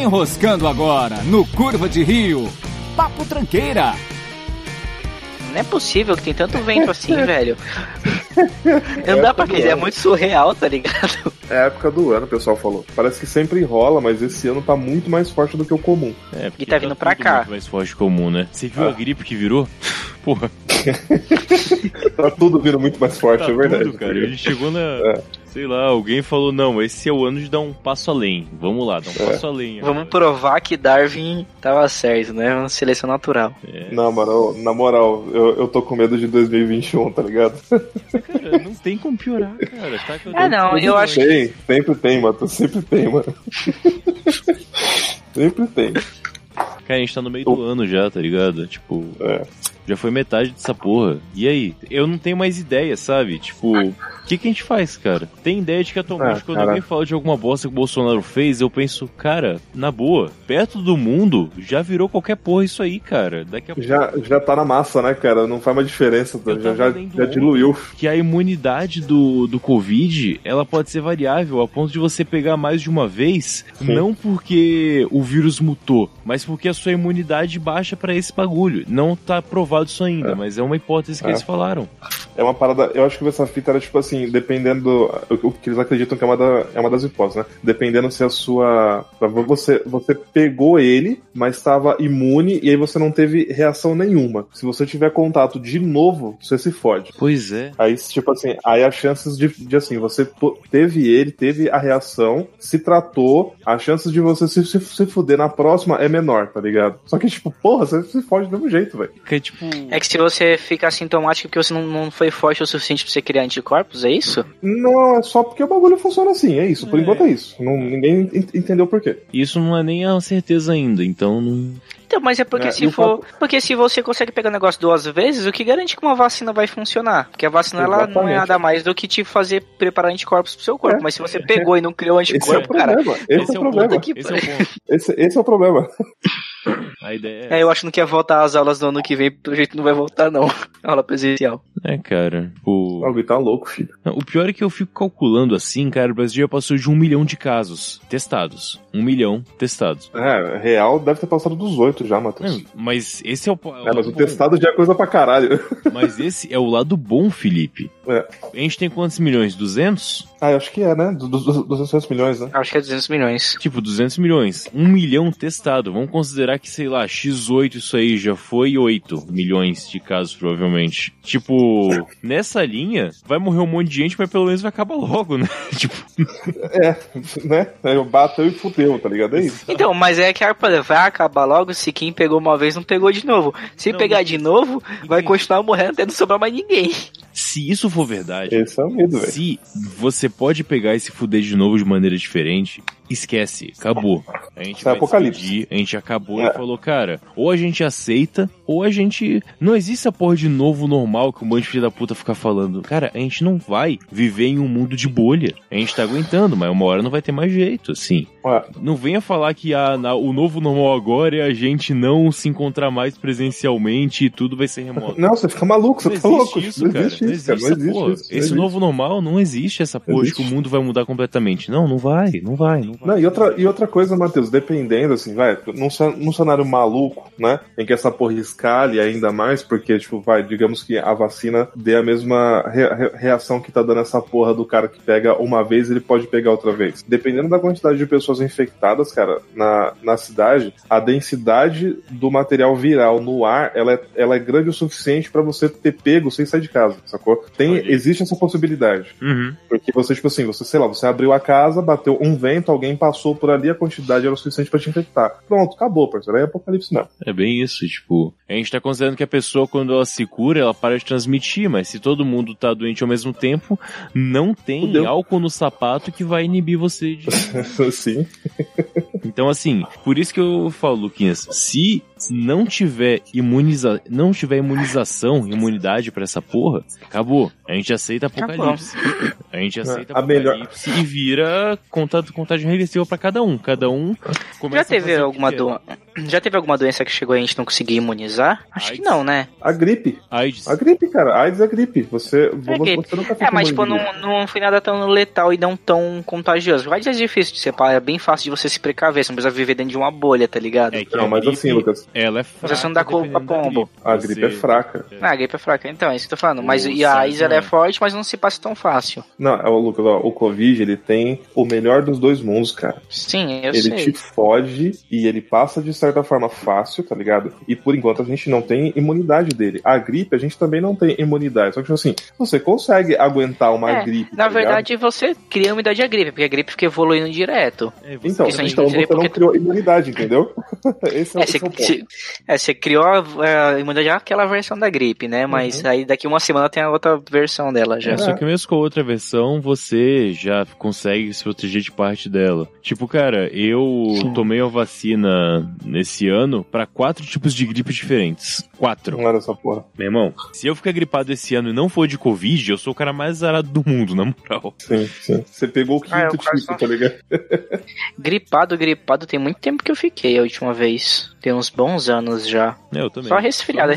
Enroscando agora no Curva de Rio. Papo Tranqueira. Não é possível que tem tanto vento assim, velho. Não dá pra acreditar, é muito surreal, tá ligado? É a época do ano, o pessoal falou. Parece que sempre enrola, mas esse ano tá muito mais forte do que o comum. É, porque E tá vindo pra tudo cá. muito mais forte comum, né? Você viu a Ah. gripe que virou? Porra, Tá tudo vindo muito mais forte, tá é verdade. tudo, cara. Ele chegou na... Sei lá, alguém falou, não, esse é o ano de dar um passo além. Vamos lá, dar um É. passo além. agora. Vamos provar que Darwin tava certo, né? Uma seleção natural. É. Não, mano, na moral, eu, eu tô com medo de 2021, tá ligado? Cara, não tem como piorar, cara. Tá que eu Ah, não, eu acho que. Tem, sempre tem, Matheus, sempre tem, mano. sempre tem. Cara, a gente tá no meio do ano já, tá ligado? Tipo, É. já foi metade dessa porra. E aí? Eu não tenho mais ideia, sabe? Tipo, o que, que a gente faz, cara? Tem ideia de que atualmente, Ah, quando cara. alguém fala de alguma bosta que o Bolsonaro fez, eu penso, cara, na boa, perto do mundo, já virou qualquer porra isso aí, cara. Daqui a pouco. Já, já tá na massa, né, cara? Não faz mais diferença, tá? Eu já, tava já, lendo já ontem. diluiu. Que a imunidade do, do Covid, ela pode ser variável, a ponto de você pegar mais de uma vez, Sim. não porque o vírus mutou, mas porque a sua imunidade baixa pra esse bagulho. Não tá provado isso ainda, É. mas é uma hipótese que É. eles falaram. É uma parada. Eu acho que essa fita era tipo assim, dependendo. do- O que eles acreditam que é uma, da- é uma das hipóteses, né? Dependendo se a sua. Você, você pegou ele, mas estava imune e aí você não teve reação nenhuma. Se você tiver contato de novo, você se fode. Pois é. Aí, tipo assim, aí as chances de, de assim, você to- teve ele, teve a reação, se tratou, as chances de você se, se, se fuder na próxima é menor, tá ligado? Só que, tipo, porra, você se fode do mesmo jeito, velho. Fica tipo. É que se você fica assintomático porque você não, não foi forte o suficiente pra você criar anticorpos, é isso? Não, é só porque o bagulho funciona assim, é isso. Por É. enquanto é isso. Não- ninguém en- entendeu por quê. Isso não é nem a certeza ainda, então não. Então, mas é porque É, e se o for. Porque se você consegue pegar o negócio duas vezes, o que garante que uma vacina vai funcionar? Porque a vacina ela não é Exatamente. É. nada mais do que te fazer preparar anticorpos pro seu corpo. Mas se você pegou e não criou Esse é o anticorpo, cara. problema. Esse, é o problema. que Tipo, Esse é o ponto. Esse, esse é o problema. A ideia é. É, eu acho que não quer voltar às aulas do ano que vem, pelo jeito não vai voltar, não. Aula presencial. É, cara. O... O Gui tá louco, filho. Não, O pior é que eu fico calculando assim, cara, o Brasil já passou de um milhão de casos testados. Um milhão testados. É, real deve ter passado dos oito já, Matheus. Não, mas esse é o. po- É, mas lado o bom. testado já é coisa pra caralho. Mas esse é o lado bom, Felipe. É. A gente tem quantos milhões? 200? Ah, eu acho que é, né? Dos dos- dos 200 milhões, né? Acho que é 200 milhões. Tipo, 200 milhões. Um milhão testado. Vamos considerar que, sei lá, x8 isso aí já foi 8 milhões de casos, provavelmente. Tipo, nessa linha, vai morrer um monte de gente, mas pelo menos vai acabar logo, né? Tipo, né? Eu bateu e fudeu, tá ligado? É isso. Então, mas é que a arpa vai acabar logo se quem pegou uma vez não pegou de novo. Se Não, pegar mas- de novo, vai continuar morrendo até não sobrar mais ninguém. se isso for verdade, Esse é o medo, velho. Se você pode pegar e se fuder de novo de maneira diferente, esquece, acabou. A gente Isso é vai apocalipse. decidir, a gente acabou É. e falou, cara, ou a gente aceita, ou a gente. Não existe essa porra de novo normal que um monte de filho da puta fica falando. Cara, a gente não vai viver em um mundo de bolha. A gente tá aguentando, mas uma hora não vai ter mais jeito, assim. Ué, Não venha falar que a, na- o novo normal agora é a gente não se encontrar mais presencialmente e tudo vai ser remoto. Não, você fica maluco, você Não tá existe louco. isso, cara. não existe cara, essa porra. isso, Esse não existe. novo normal não existe essa porra de que o existe. mundo vai mudar completamente. Não, não vai, não vai, não vai. Não, e outra, e outra coisa, Matheus, dependendo, assim, vai, num, ce- num cenário maluco, né? Em que essa porra escale ainda mais, porque, tipo, vai, digamos que a vacina dê a mesma re- re- reação que tá dando essa porra do cara que pega uma vez, ele pode pegar outra vez. Dependendo da quantidade de pessoas infectadas, cara, na, na cidade, a densidade do material viral no ar, ela é, ela é grande o suficiente pra você ter pego sem sair de casa, sacou? Tem, Pode ir. existe essa possibilidade. Uhum. Porque você, tipo assim, você, sei lá, você abriu a casa, bateu um vento, alguém passou por ali, a quantidade era o suficiente pra te infectar. Pronto, acabou, parceiro. Aí é apocalipse mesmo. É bem isso, tipo. A gente tá considerando que a pessoa, quando ela se cura, ela para de transmitir, mas se todo mundo tá doente ao mesmo tempo, não tem Fudeu. álcool no sapato que vai inibir você de. Sim. Então, assim, por isso que eu falo, Luquinhas, se não tiver imuniza... não tiver imunização, imunidade pra essa porra, acabou. A gente aceita apocalipse. A gente aceita É, A melhor- apocalipse e vira contato, contagem regressiva pra cada um. Cada um começa Já a fazer teve o que alguma quer. doença? Já teve alguma doença que chegou e a gente não conseguia imunizar? Acho que AIDS. não, né? A gripe. AIDS. A gripe, cara. A AIDS é gripe. Você, vo- você, gripe. nunca fica É, mas imune tipo, de não, não foi nada tão letal e não tão contagioso. Vai dizer difícil de separar, é bem fácil de você se viver, você não precisa viver dentro de uma bolha, tá ligado? É que Não, a mas gripe, assim, Lucas, Ela é fraca. Você não dá culpa dependendo da pra pombo. gripe. a gripe é Você- fraca. Ah, a gripe é fraca, então, é isso que eu tô falando. Mas, e a Nossa, AIDS ela é forte, mas não se passa tão fácil. Não, é o Lucas, ó, o Covid, ele tem o melhor dos dois mundos, cara. Sim, eu ele sei. te foge e ele passa de certa forma fácil, tá ligado? E por enquanto a gente não tem imunidade dele. A gripe a gente também não tem imunidade. Só que tipo assim, você consegue aguentar uma É, gripe. Na tá ligado? verdade, você cria imunidade à gripe, porque a gripe fica evoluindo direto. É, você- Então, Isso a gente então não você diria não porque- criou imunidade, entendeu? esse é, É, esse você, é o ponto. se- é, você criou a, a imunidade aquela versão da gripe, né? Mas aí daqui uma semana tem a outra versão dela já. É, só que mesmo com a outra versão, você já consegue se proteger de parte dela. Tipo, cara, eu Sim. tomei a vacina nesse ano pra quatro tipos de gripe diferentes. Quatro. Não era essa porra. Meu irmão, se eu ficar gripado esse ano e não for de Covid, eu sou o cara mais zarado do mundo, na moral. Sim, sim. Você pegou o quinto Ah, eu tipo, quase não- tá ligado? Gripado, gripado, tem muito tempo que eu fiquei a última vez. Tem uns bons anos já. É, Eu também. Só resfriado. Só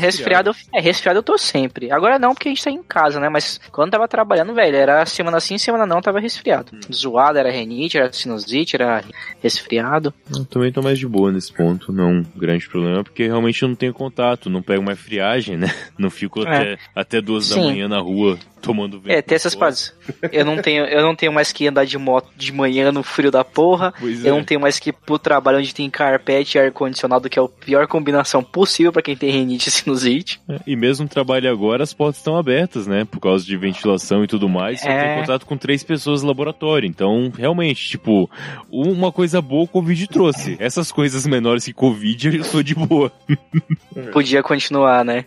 resfriado. resfriado. eu- é, resfriado eu tô sempre. Agora não, porque a gente tá em casa, né? Mas quando tava trabalhando, velho, era semana sim, semana não, tava Uhum. resfriado. Zoado, era renite, era sinusite, era resfriado. Eu também tô mais de boa nesse ponto, não é um grande problema, porque realmente eu não tenho contato, não pego mais friagem, né? Não fico até, até duas da É. Sim. manhã na rua tomando vento. É, tem essas fora. partes. Eu não tenho, eu não tenho mais que andar de moto de manhã no frio da porra. Pois Eu é. não tenho mais que ir pro trabalho onde tem carpete e ar-condicionado, que é a pior combinação possível pra quem tem renite e sinusite. E mesmo no trabalho agora, as portas estão abertas, né? Por causa de ventilação e tudo mais. Você É. tem contato com três pessoas no laboratório. Então, realmente, tipo, uma coisa boa o Covid trouxe. Essas coisas menores que Covid, eu sou de boa. Podia continuar, né?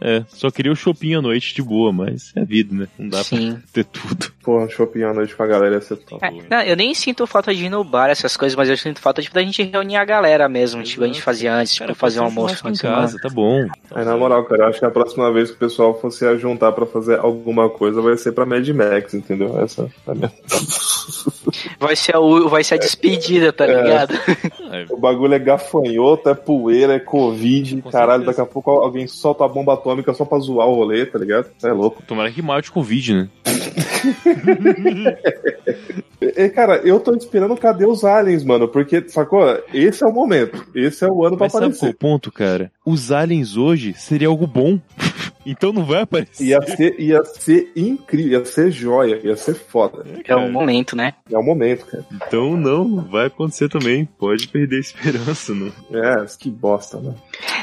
É, só queria o shopping à noite de boa, mas é vida, né? Não dá Sim. pra ter tudo. Porra, shopping à noite com a galera ia ser top. É, não, eu nem sinto falta de ir no bar, essas coisas, mas eu sinto falta tipo, da gente reunir a galera mesmo, tipo, a gente Exato. fazia antes, tipo, fazer um faz almoço churrasco no em final de casa, tá bom. Aí, na moral, cara, eu acho que a próxima vez que o pessoal for se juntar pra fazer alguma coisa vai ser pra Mad Max, entendeu? Essa é a minha- semana. Vai ser, a, u- vai ser a despedida, tá É. ligado? É, O bagulho é gafanhoto, é poeira, é Covid, Com caralho, certeza. daqui a pouco alguém solta a bomba atômica só pra zoar o rolê, tá ligado? Cê É louco. Tomara que mate o Covid, né? E, e, cara, eu tô esperando cadê os aliens, mano? Porque, sacou? Esse é o momento. Esse é o ano pra Mas sabe qual é aparecer. o ponto, cara? Os aliens hoje seria algo bom. então não vai aparecer. Ia ser, ia ser incrível, ia ser joia, ia ser foda. É um momento, né? É o momento, cara. Então não, vai acontecer também. Pode perder a esperança, né? não. É, que bosta, né?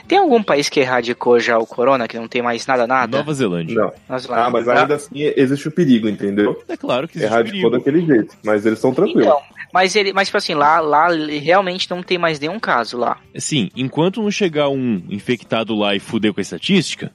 Tem algum país que erradicou já o corona, que não tem mais nada, Ah, tá. nada? Nova Zelândia. Não. Nós lá. Ah, mas ainda assim existe o perigo, entendeu? É claro que existe Erradicou perigo. daquele jeito, mas eles estão tranquilos. Então, mas ele, mas tipo assim, lá, lá realmente não tem mais nenhum caso lá. Assim, enquanto não chegar um infectado lá e fuder com a estatística,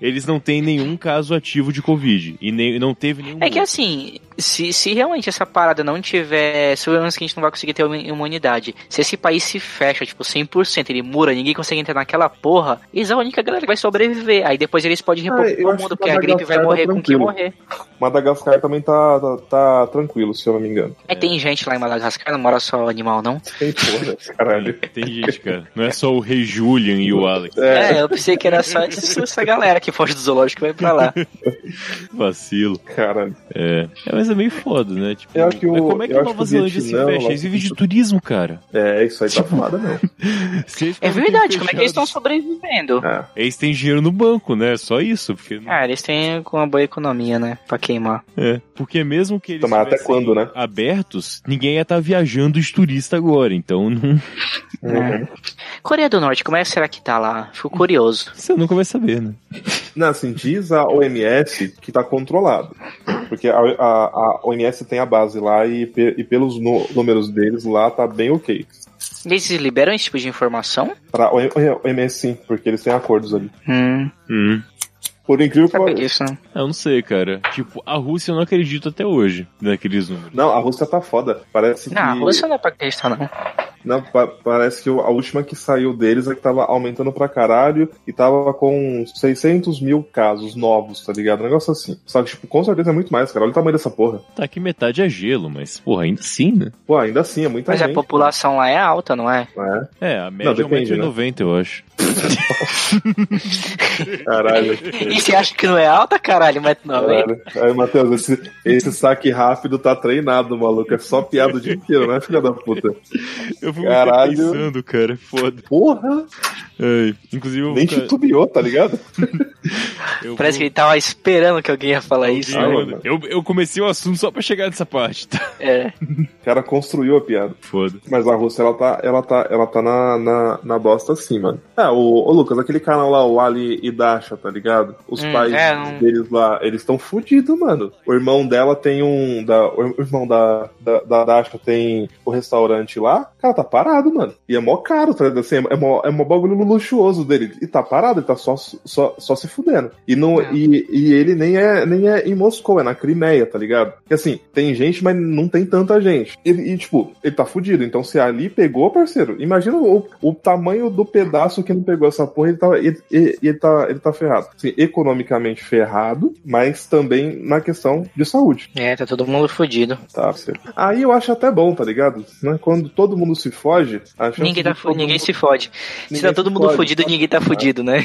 eles não têm nenhum caso ativo de Covid. E nem, não teve nenhum. Uhum. É que morto. assim, se, se realmente essa parada não tiver. Segurança que a gente não vai conseguir ter uma imunidade. Se esse país se fecha, tipo, 100%, ele mura, ninguém consegue entrar naquela porra, eles é a única galera que vai sobreviver. Aí depois eles podem Ah, repoplar eu o acho mundo, que porque a gripe vai Madagascar tá morrer com quem tranquilo. morrer. Madagascar também tá, tá, tá tranquilo, se eu não me engano. É, tem gente lá em Madagascar, não mora só animal, não. Tem porra, caralho. Tem gente, cara. Não é só o Rei Julian e o Alex. É, É, eu pensei que era só essa essa galera que foge do zoológico e vai pra lá. Vacilo. caralho. É. é. Mas é meio foda, né? Tipo, Eu acho que o- mas como é que eu a acho Nova que o Zelândia se Vietnã, fecha? lá- Eles vivem de turismo, cara. É, isso aí tá foda, não. Se eles É ficarem verdade, como é que eles estão fechados, sobrevivendo? É. Eles têm dinheiro no banco, né? Só isso. Porque não Ah, eles têm uma boa economia, né? Pra queimar. É, porque mesmo que eles Tomara até estivessem quando, né? abertos, ninguém ia estar viajando de turista agora, então não- Uhum. Coreia do Norte, como é que será que tá lá? Fico curioso. você nunca vai saber, né? Não, assim, diz a OMS que tá controlado. Porque a, a- a OMS tem a base lá e, pe- e pelos nu- números deles lá tá bem ok. Eles liberam esse tipo de informação? Pra OMS sim, porque eles têm acordos ali. Hum, Por incrível que sabe pareça. disso, né? É, Eu não sei, cara. Tipo, a Rússia eu não acredito até hoje naqueles números. Não, a Rússia tá foda. Parece Não, a que. Rússia não é pra acreditar, não. Não, pa- parece que o- a última que saiu deles é que tava aumentando pra caralho e tava com 600 mil casos novos, tá ligado? Um negócio assim. Só que, tipo, com certeza é muito mais, cara. Olha o tamanho dessa porra. Tá que metade é gelo, mas, porra, ainda assim, né? Pô, ainda assim, é muita Mas a gente. população lá é alta, não é? né? É, a média depende, é 1,90m, eu acho. Caralho. E você acha que não é alta, caralho? Mas não, hein? Caralho. Aí, Matheus, esse, esse saque rápido tá treinado, maluco. É só piada o dia inteiro, né, filha da puta? Eu fui Caralho. pensando, cara. é Foda. Porra! Ai, inclusive, eu, Nem cara, titubeou, tá ligado? eu Parece que vou- ele né? tava esperando que alguém ia falar isso. Ah, eu, eu, eu comecei o assunto só pra chegar nessa parte, tá? É. O cara construiu a piada. Foda. Mas a Rússia, ela tá, ela tá, ela tá na, na, na bosta assim, mano. É, o, ô, Lucas, aquele canal lá, o Ali e Dasha, tá ligado? Os Hum, pais é, não- deles lá, eles estão fudidos, mano. O irmão dela tem um. Da, o irmão da, da, da Dasha tem o restaurante lá. Cara, tá parado, mano. E é mó caro, tá ligado? Assim, é, mó, é mó bagulho luxuoso dele. E tá parado, ele tá só, só, só se fudendo. E, não, É. e, e ele nem é, nem é em Moscou, é na Crimeia, tá ligado? Que assim, tem gente, mas não tem tanta gente. Ele- e, tipo, ele tá fudido. Então, se ali pegou, parceiro, imagina o, o tamanho do pedaço que não pegou essa porra, ele tá, ele, ele- ele tá, ele tá ferrado. Assim, economicamente ferrado, mas também na questão de saúde, É, tá todo mundo fudido. tá, parceiro? Aí eu acho até bom, tá ligado? Né? Quando todo mundo se foge, a chance Ninguém, tá de fu- todo ninguém mundo- se fode. Se ninguém tá todo se mundo fode, fudido, tá? ninguém tá fudido, né?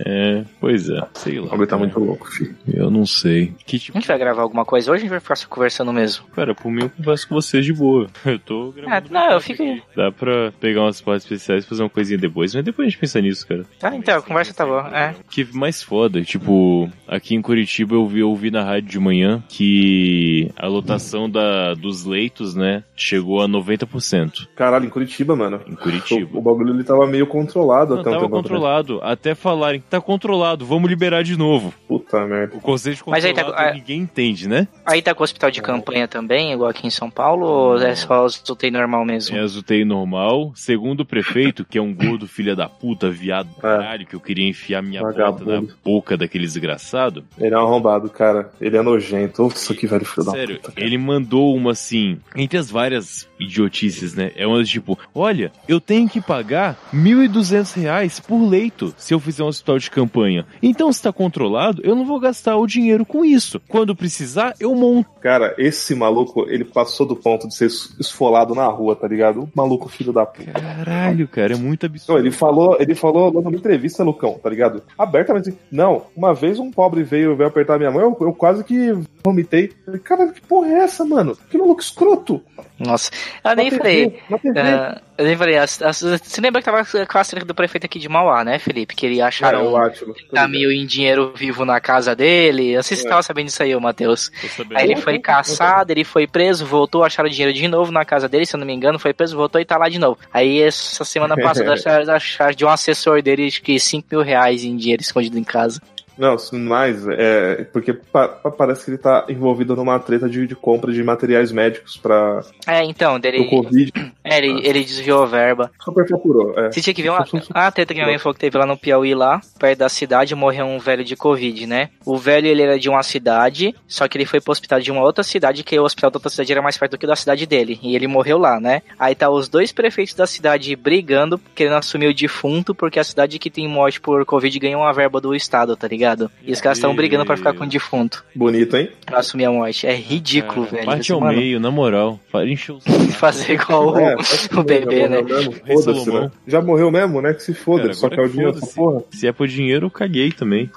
É, pois é. Sei lá. O bagulho tá cara. muito louco, filho. Eu não sei. Que A tipo, gente vai gravar alguma coisa hoje ou a gente vai ficar só conversando mesmo? cara, por mim eu converso com vocês de boa. Eu tô Ah, gravando. não, eu fico. Dá pra pegar umas partes especiais e fazer uma coisinha depois, mas depois a gente pensa nisso, cara. Tá, então, a conversa tá boa. É. Que mais foda, tipo, aqui em Curitiba eu vi, eu ouvi na rádio de manhã que a lotação da, dos leitos, né, chegou a 90% Caralho, em Curitiba, mano. em O, o Curitiba. bagulho ele tava meio controlado Não, até um tava tempo atrás. controlado, até falarem que tá controlado, vamos liberar de novo. Puta merda. O conceito de Mas aí controlado tá- ah. ninguém entende, né? Aí tá com o hospital É. de campanha também, igual aqui em São Paulo, ou é Hum. só os UTI normal mesmo? É as UTI normal, segundo o prefeito, que é um gordo filha da puta, viado do É. caralho, que eu queria enfiar minha bota na Vagabundo. boca daquele desgraçado. Ele é um arrombado, cara. Ele é nojento. Nossa, que velho filho da Sério, puta. cara. ele mandou uma assim, entre as várias idiotices, né? É uma tipo, olha, eu tenho que pagar R$ 1.200 reais por leito se eu fizer um hospital de campanha. Então, se tá controlado, eu não vou gastar o dinheiro com isso. Quando precisar, eu monto. Cara, esse maluco, ele passou do ponto de ser es- esfolado na rua, tá ligado? O maluco filho da puta. Caralho, cara, é muito Não, absurdo. ele falou, ele falou lá numa entrevista, Lucão, tá ligado? Abertamente. Não, uma vez um pobre veio, veio apertar minha mão, eu, eu quase que vomitei. Falei, Caralho, que porra é essa, mano? Que maluco escroto. Nossa, eu Na nem TV, falei. Na TV. Ah, eu nem falei, as- as- você lembra que tava a classe do prefeito aqui de Mauá, né, Felipe? Que ele Cara, É, eu acharam acho. tô tá ligado. mil em dinheiro vivo na casa dele. Eu sei se você É. tava sabendo disso aí, ô Matheus. Tô sabendo. Aí ele foi caçado, ele foi preso, voltou, acharam dinheiro de novo na casa dele, se eu não me engano, foi preso, voltou e tá lá de novo. Aí essa semana passada acharam, acharam de um assessor dele acho que 5 mil reais em dinheiro escondido em casa. Não, mas é porque pa- pa- parece que ele tá envolvido numa treta de, de compra de materiais médicos para É, então, o dele, Covid. é, ele, ele desviou a verba. Superfaturou, é. Você tinha que ver uma, uma treta que minha mãe falou que teve lá no Piauí, lá, perto da cidade, morreu um velho de Covid, né? O velho, ele era de uma cidade, só que ele foi pro hospital de uma outra cidade, que o hospital da outra cidade era mais perto do que o da cidade dele. E ele morreu lá, né? Aí tá os dois prefeitos da cidade brigando, querendo assumir o defunto, porque a cidade que tem morte por Covid ganhou uma verba do Estado, tá ligado? E os caras estão brigando pra ficar com o defunto, Bonito, hein? pra assumir a morte. É ridículo, Cara, velho. Parte Você, ao mano, meio, na moral. Fa- Enche o Fazer igual o- É, acho que o bebê, já morreu né? mesmo, Rei Foda-se, Salomão. né? Já morreu mesmo, né? Que se foda, Cara, ele só agora quer o que dinheiro foda-se. dessa porra. Se é por dinheiro, eu caguei também.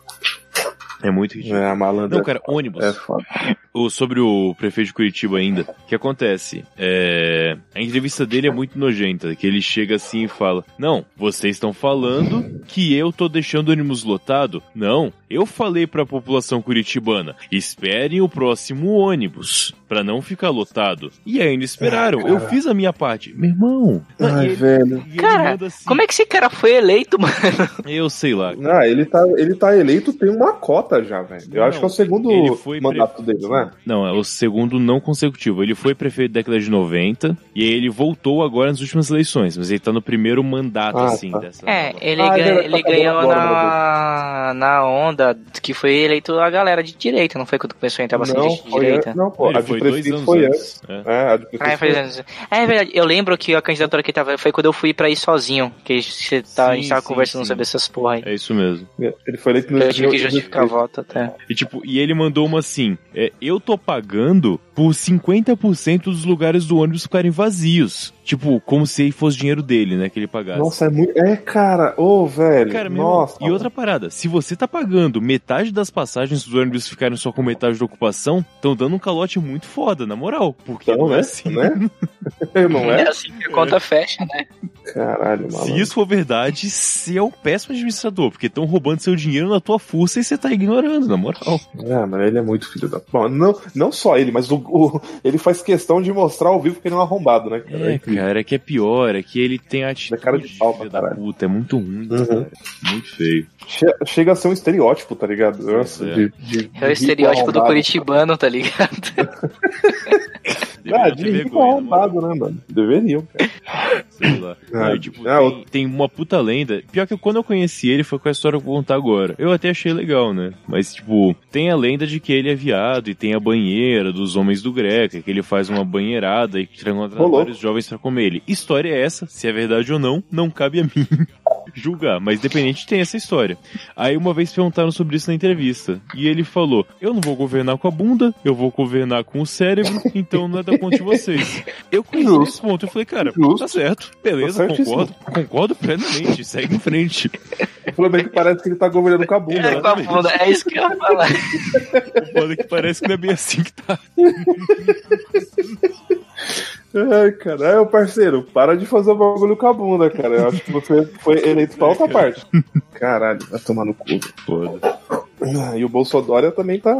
É muito ridículo. É, a malandra. Não, cara, ônibus. É foda. O- sobre o prefeito de Curitiba ainda, o que acontece? É, a entrevista dele é muito nojenta, que ele chega assim e fala: Não, vocês estão falando que eu tô deixando o ônibus lotado? Não, eu falei pra população curitibana: esperem o próximo ônibus pra não ficar lotado. E ainda esperaram, Ah, cara. eu fiz a minha parte. Meu irmão, Ai, e ele- velho. e ele Cara, manda assim, Como é que esse cara foi eleito, mano? eu sei lá. Ah, ele tá, ele tá eleito, tem uma cota já, velho. Eu Não, acho que é o segundo ele foi mandato prefe- dele, né? Não, é o segundo não consecutivo. Ele foi prefeito da década de 90 e aí ele voltou agora nas últimas eleições, mas ele tá no primeiro mandato, Ah, assim, tá. dessa. É, ele, Ah, ganha- ele era ele pra ganhou agora, na, na onda que foi eleito a galera de direita, não foi quando começou a Tá entrar bastante gente de foi direita? an- não, pô, Ele a de foi dois prefeito anos foi antes. antes. É. É, a de Ah, prefeito foi- foi antes. é verdade, eu lembro que a candidatura que tava foi quando eu fui pra ir sozinho, que você tá, a gente Sim, tava sim, conversando sim. sobre essas porra aí. É isso mesmo. Ele foi eleito no Eu tive que justificar ele- o foto até. E tipo, e ele mandou uma assim: é, eu tô pagando por 50% dos lugares do ônibus ficarem vazios. Tipo, como se aí fosse dinheiro dele, né? Que ele pagasse. Nossa, é muito. É, cara, ô, velho. Cara, meu nossa. irmão, E outra parada, se você tá pagando metade das passagens dos ônibus ficarem só com metade da ocupação, tão dando um calote muito foda, na moral. Porque Então, não né? é assim. né? Não É é? assim que a conta fecha, né? Caralho, Se maluco. isso for verdade, você é um péssimo administrador, porque estão roubando seu dinheiro na tua força e você tá ignorando, na moral. Ah, mas ele é muito filho da. Bom, não, não só ele, mas o, o- ele faz questão de mostrar ao vivo que ele é um arrombado, né? Cara? É, cara, é que é pior, é que ele tem a atitude cara de pau pra filha da caralho. puta, é muito ruim, Uhum. cara. Muito feio. Che- Chega a ser um estereótipo, tá ligado? Nossa, é. de- de- de É o rico estereótipo do arrombado. curitibano, tá ligado? Ah, Deveria de ter rico vergonha, na moral. arrombado, né, mano? Deveriam. cara. sei lá. Ah, Aí, tipo, ah, tem, tem uma puta lenda. Pior que quando eu conheci ele, foi com a história que eu vou contar agora. Eu até achei legal, né? Mas, tipo, tem a lenda de que ele é viado e tem a banheira dos homens do Greca, que ele faz uma banheirada e que encontra Ô, louco. vários jovens pra comer ele. História é essa, se é verdade ou não, não cabe a mim julgar, mas dependente tem essa história. Aí uma vez perguntaram sobre isso na entrevista. E ele falou: Eu não vou governar com a bunda, eu vou governar com o cérebro, então nada contra vocês. Eu conheci Justo. esse ponto. Eu falei, cara, Justo. tá certo, beleza, Tá certíssimo. concordo, concordo plenamente, segue em frente. O problema é que parece que ele tá governando com a bunda, É, né? com a bunda, é isso que eu ia falar. O foda é que parece que não é bem assim que tá. Ai, cara, é, ô parceiro, para de fazer o bagulho com a bunda, cara. Eu acho que você foi eleito pra É, outra parte. Caralho, vai tomar no cu. Foda. Ah, E o Bolsodória também tá.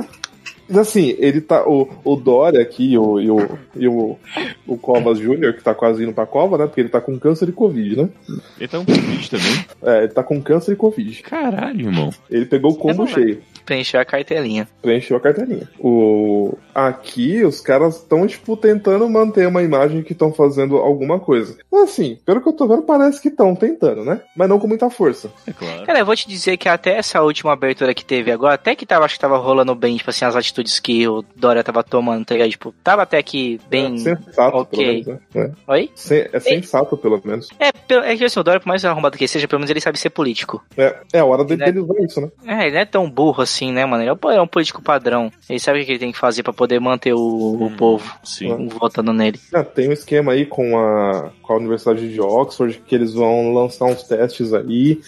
Mas assim, ele tá. O, o Dória aqui o, e, o, e o, o Covas Júnior, que tá quase indo pra cova, né? Porque ele tá com câncer e Covid, né? Ele tá um convite também. É, ele tá com câncer e Covid. Caralho, irmão. Ele pegou o combo É bom, né? cheio. Preencheu a cartelinha. preencheu a carteirinha. O... Aqui os caras estão, tipo, tentando manter uma imagem que estão fazendo alguma coisa. Mas, Assim, pelo que eu tô vendo, parece que estão tentando, né? Mas não com muita força. É claro. Cara, eu vou te dizer que até essa última abertura que teve agora, até que tava, acho que tava rolando bem, tipo assim, as atitudes que o Dória tava tomando, tá ligado? Tipo, tava até que bem. É sensato, ok. pelo menos, né? É, Oi? Sen- é sensato, pelo menos. É, pelo- é que assim, o Dória, por mais arrombado que seja, pelo menos ele sabe ser político. É, é a hora dele Né? dele usar isso, né? É, ele não é tão burro assim, né, mano? Ele é um- é um político padrão. Ele sabe o que ele tem que fazer pra poder manter o, o povo Sim. votando nele. Ah, tem um esquema aí com a, com a Universidade de Oxford, que eles vão lançar uns testes aí.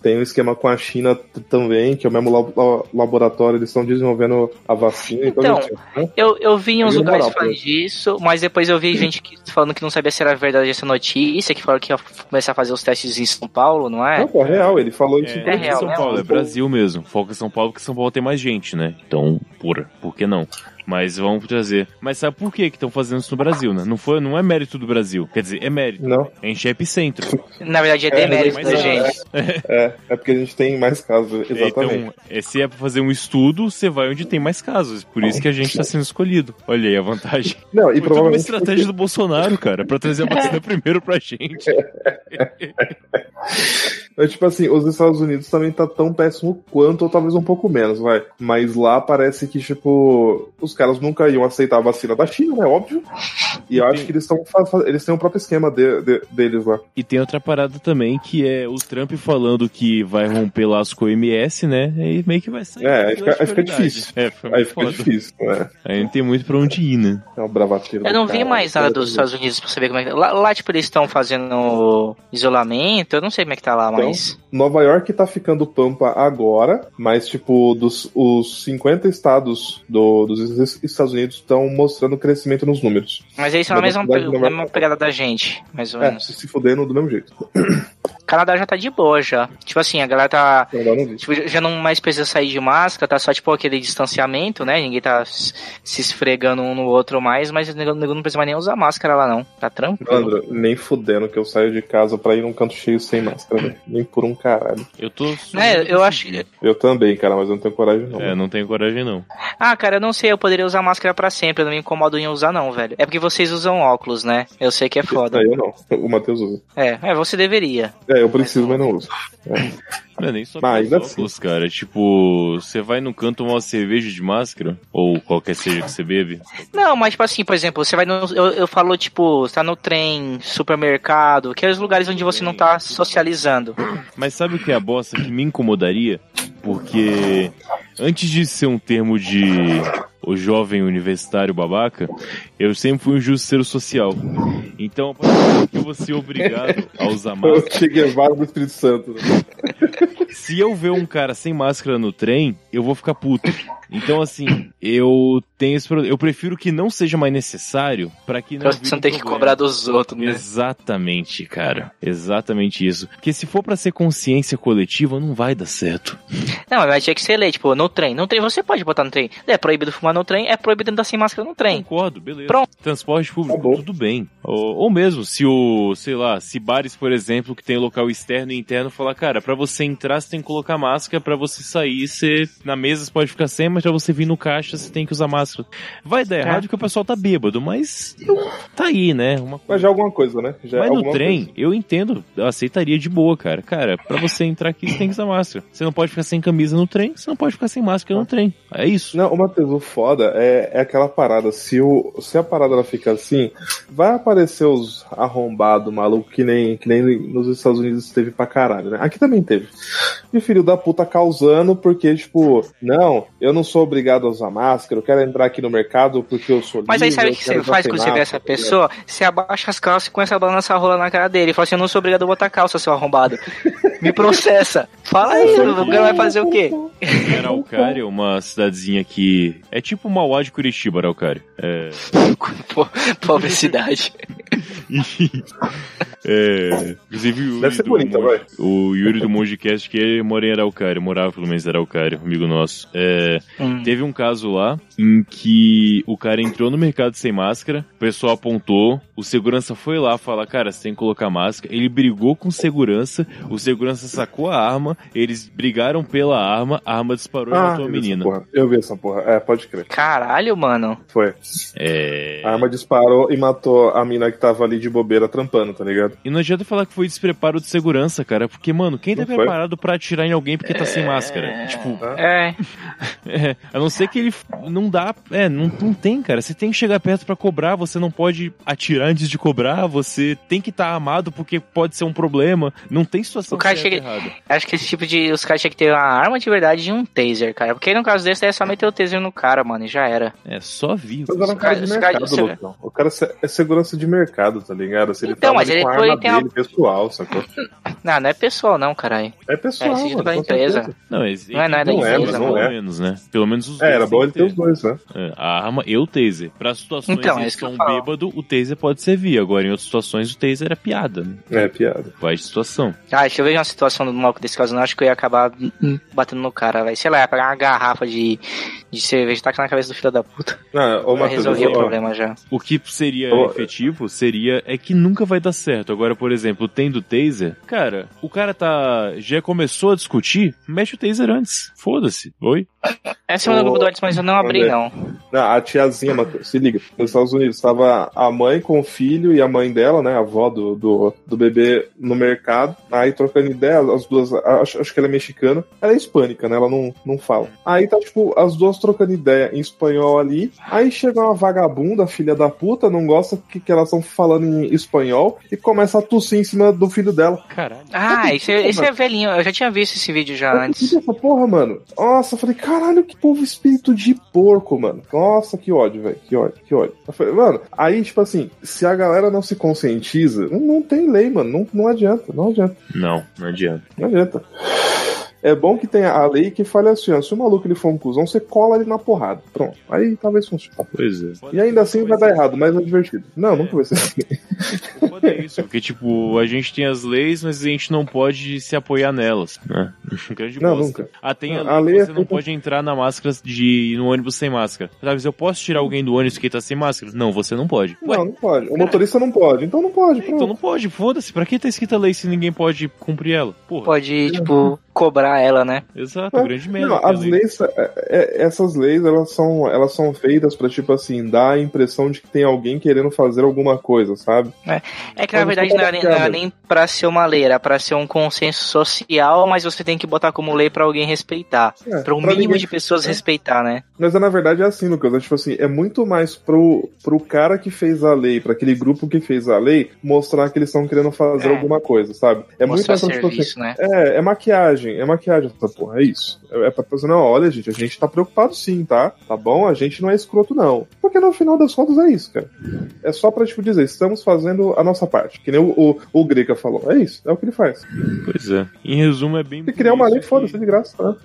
Tem um esquema com a China t- também, que é o mesmo lab- la- laboratório, eles estão desenvolvendo a vacina. Então, gente, Eu, eu vi em uns Peguei lugares é moral, falando pô. disso, mas depois eu vi gente que- falando que não sabia se era verdade essa notícia, que falaram que ia começar a fazer os testes em São Paulo, não é? não, pô, é real, ele falou isso. em É, É é real, São né? Paulo, é Brasil mesmo. Foca em São Paulo, porque São Paulo tem mais gente, né? Então, pura, por que não? Mas vamos trazer. Mas sabe por que que estão fazendo isso no Brasil, né? Não, foi, não é mérito do Brasil. Quer dizer, é mérito. Não. A gente é epicentro. Na verdade é É, demérito mas da é- gente. É, é porque a gente tem mais casos, exatamente. Então, é, se é pra fazer um estudo, você vai onde tem mais casos. Por isso que a gente tá sendo escolhido. Olha aí a vantagem. não, e Foi toda uma provavelmente. estratégia do Bolsonaro, cara, pra trazer a vacina primeiro pra gente. é Tipo assim, os Estados Unidos também tá tão péssimo quanto, ou talvez um pouco menos, vai. Mas lá parece que, tipo, os caras nunca iam aceitar a vacina da China, né? Óbvio. E eu acho que eles estão. Eles têm o próprio esquema de- de- deles lá. E tem outra parada também, que é o Trump falando que vai romper laço com o MS, né? E meio que vai sair. É, aí da fica- aí fica prioridade. difícil. É, foi Aí muito fica foda. difícil, né? Aí não tem muito pra onde ir, né? É um bravateiro. Eu do não vi cara. mais nada dos Estados Unidos pra saber como é que tá. Lá, lá, tipo, eles estão fazendo isolamento, eu não sei como é que tá lá, Então, mas. Nova York tá ficando pampa agora, mas, tipo, dos, os 50 estados do- dos Estados Unidos estão mostrando crescimento nos números. Mas eles são a na mesma, verdade, pe- na mesma verdade- pegada da gente, mais ou É, menos. se fudendo do mesmo jeito. O Canadá já tá de boa já. Tipo assim, a galera tá. Canadá não existe. Tipo, já- já não mais precisa sair de máscara, tá só tipo aquele distanciamento, né? Ninguém tá s- se esfregando um no outro mais, mas o nego o nego não precisa mais nem usar máscara lá não. Tá tranquilo. Leandro, nem fudendo que eu saio de casa pra ir num canto cheio sem máscara, velho. Nem por um caralho. Eu tô. assim. É, eu acho. Eu também, cara, mas eu não tenho coragem, não. É, não tenho coragem, não. Ah, cara, eu não sei, eu poderia usar máscara pra sempre, eu não me incomodo em usar não, velho. É porque vocês usam óculos, né? Eu sei que é foda. Aí eu não. O Matheus usa. É, é, você deveria. É, eu preciso, mas não uso. Não é nem só Mas, pelos assim- óculos, cara. Tipo, você vai num canto tomar uma cerveja de máscara, ou qualquer seja que você bebe. Não, mas tipo assim, por exemplo, você vai no. Eu, eu falo, tipo, você tá no trem, é supermercado, aqueles lugares onde você não tá socializando. Mas sabe o que é a bosta que me incomodaria? porque antes de ser um termo de o jovem universitário babaca, eu sempre fui um justiceiro social. Então, a partir do momento que eu vou ser obrigado a usar Eu máscara, cheguei Guevara do Espírito Santo. né? se eu ver um cara sem máscara no trem, eu vou ficar puto. Então, assim, eu tenho esse problema. Eu prefiro que não seja mais necessário para que não. Pra vire você um não ter que problema. cobrar dos outros, né? Exatamente, cara. Exatamente isso. Porque se for pra ser consciência coletiva, não vai dar certo. Não, mas tinha que ser lei, tipo, no trem. No trem você pode botar no trem. É proibido fumar no trem, é proibido andar sem máscara no trem. Concordo, beleza. Pronto. Transporte público, Tá bom. tudo bem. Ou, ou mesmo, se o, sei lá, se bares, por exemplo, que tem local externo e interno, falar, cara, pra você entrar você tem que colocar máscara, pra você sair você, na mesa você pode ficar sem, mas pra você vir no caixa você tem que usar máscara. Vai dar errado porque o pessoal tá bêbado, mas tá aí, né? Uma Mas já é alguma coisa, né? Já é Mas no alguma trem, coisa. eu entendo, eu aceitaria de boa, cara. Cara, pra você entrar aqui, você tem que usar máscara. Você não pode ficar sem camisa no trem, você não pode ficar sem máscara no trem. É isso. Não, o Matheus, o foda é, é aquela parada. Se, o, se a parada ela fica assim, vai aparecer os arrombados, maluco, que nem, que nem nos Estados Unidos teve pra caralho, né? Aqui também teve. E filho da puta causando, porque, tipo, não, eu não sou obrigado a usar máscara, eu quero entrar aqui no mercado porque eu sou Mas aí livre, sabe eu o que quero você usar faz sem quando você vê máscara, né? essa pessoa? Você abaixa as calças e começa a balançar a rola na cara dele. E fala assim, eu não sou obrigado a botar calça, seu arrombado. Me processa. Fala aí, o cara vai fazer o quê? Em Araucária, é uma cidadezinha que é tipo o Mauá de Curitiba, Araucária. É, Pô, Pobre cidade. é, inclusive o Yuri Deve ser do bonita, Monge- vai. O Yuri do Mongecast, que ele mora em Araucária, morava pelo menos em Araucária, um amigo nosso. É, Hum. Teve um caso lá em que o cara entrou no mercado sem máscara, o pessoal apontou, o segurança foi lá falar, cara, você tem que colocar máscara. Ele brigou com o segurança, o segurança sacou a arma, eles brigaram pela arma, a arma disparou e Ah, matou eu a vi essa menina. porra. Eu vi essa porra. É, pode crer. Caralho, mano. Foi. É... A arma disparou e matou a mina que tava ali de bobeira trampando, tá ligado? E não adianta falar que foi despreparo de segurança, cara, porque, mano, quem tá Não foi. preparado pra atirar em alguém porque tá sem máscara? Tipo, Ah. É. É, a não ser que ele f- não dá, é, não, não tem, cara. Você tem que chegar perto pra cobrar, você não pode atirar antes de cobrar, você tem que estar armado porque pode ser um problema. Não tem situação O cara certa e chega- errada. Acho que esse tipo de. Os caras tinham que ter uma arma de verdade e um taser, cara. Porque no caso desse, é só meter o taser no cara, mano, e já era. É, só vi. Mas era um cara de Os mercado, caras- os caras- Lucão. O cara se- é segurança de mercado, tá ligado? Se ele Então, tava mas ali ele com a foi- arma tem uma- dele, pessoal, sacou? Não, não é pessoal, não, caralho. É pessoal, É, esse mano. da com empresa. certeza. Não, mas Não é nada Pelo em menos, cima, pelo não é. menos, né? Pelo menos os É, era dois bom tem ele que ter os dois, né? É, A arma e o taser. Pra situações Então, é em que isso que eu são falo. bêbado, o taser pode servir. Agora, em outras situações, o taser é piada. né? É, piada. Vai de situação. Ah, se eu vejo uma situação do maluco desse caso, não acho que eu ia acabar hum, batendo no cara, velho. Sei lá, ia pegar uma garrafa de, de cerveja e tacar na cabeça do filho da puta. Não, ô, Já Matheus, resolvi eu- o problema já. O que seria Ô, efetivo seria é que nunca vai dar certo. Agora, por exemplo, tendo taser, cara, o cara tá. já começou a discutir, mexe o taser antes. Foda-se. Oi? Essa é uma Ô, do grupo do WhatsApp, mas eu não abri, André. não. Não, a tiazinha, Matheus, se liga. Nos Estados Unidos, tava a mãe com o filho e a mãe dela, né? A avó do, do, do bebê no mercado. Aí trocando ideia, as duas. Acho, acho que ela é mexicana. Ela é hispânica, né? Ela não, não fala. Aí tá, tipo, as duas trocando ideia em espanhol ali. Aí chega uma vagabunda, filha da puta, não gosta que, que elas estão falando em espanhol e começa a tossir em cima do filho dela. Caralho. Ah, que esse, esse é mano. velhinho, eu já tinha visto esse vídeo já Eu antes. fiquei essa porra, mano. Nossa, eu falei, caralho, que povo espírito de porco, mano. Nossa, que ódio, velho. Que ódio, que ódio. Eu falei, mano, aí, tipo assim, se a galera não se conscientiza, não, não tem lei, mano. Não, não adianta, não adianta, Não, não adianta. não adianta. É bom que tenha a lei que fale assim, ó, se o maluco ele for um cuzão, você cola ele na porrada. Pronto. Aí talvez funcione. Pois é. E ainda assim vai dar errado, mas é divertido. Não, nunca vai ser assim. Foda é isso. Porque, tipo, a gente tem as leis, mas a gente não pode se apoiar nelas. Né? Grande Não, bosta. nunca. Ah, tem a, A lei lei que é você não feita- pode entrar na máscara de ir no ônibus sem máscara. Talvez eu posso tirar alguém do ônibus que tá sem máscara? Não, você não pode. Ué, Não, não pode. O motorista não pode, então não pode. então Pronto. não pode, foda-se. Pra que tá escrita a lei se ninguém pode cumprir ela? Porra. Pode, tipo, cobrar ela, né? Exato, É. grande merda. Não, aquela as lei. leis, é, é, essas leis, elas são, elas são feitas pra, tipo assim, dar a impressão de que tem alguém querendo fazer alguma coisa, sabe? É que na verdade não era, nem- não era nem pra ser uma lei, era pra ser um consenso social, mas você tem que botar como lei pra alguém respeitar. É, Pra o pra mínimo ninguém- de pessoas é. respeitar, né? Mas na verdade é assim, Lucas. É, tipo assim, é muito mais pro, pro cara que fez a lei, pra aquele grupo que fez a lei, mostrar que eles estão querendo fazer É. alguma coisa, sabe? É muito Mostrar mais pra, tipo assim, serviço, né? É, é maquiagem, é maquiagem essa porra, é isso. É, é pra fazer, não, olha, gente, a gente tá preocupado sim, tá? Tá bom? A gente não é escroto, não. Porque no final das contas é isso, cara. É só pra, tipo, dizer, estamos fazendo a nossa parte. Que nem o, o, o Greca falou. É isso, é o que ele faz. Pois é. Em resumo, é bem. Se criar por uma isso lei, que- foda-se, de graça, né?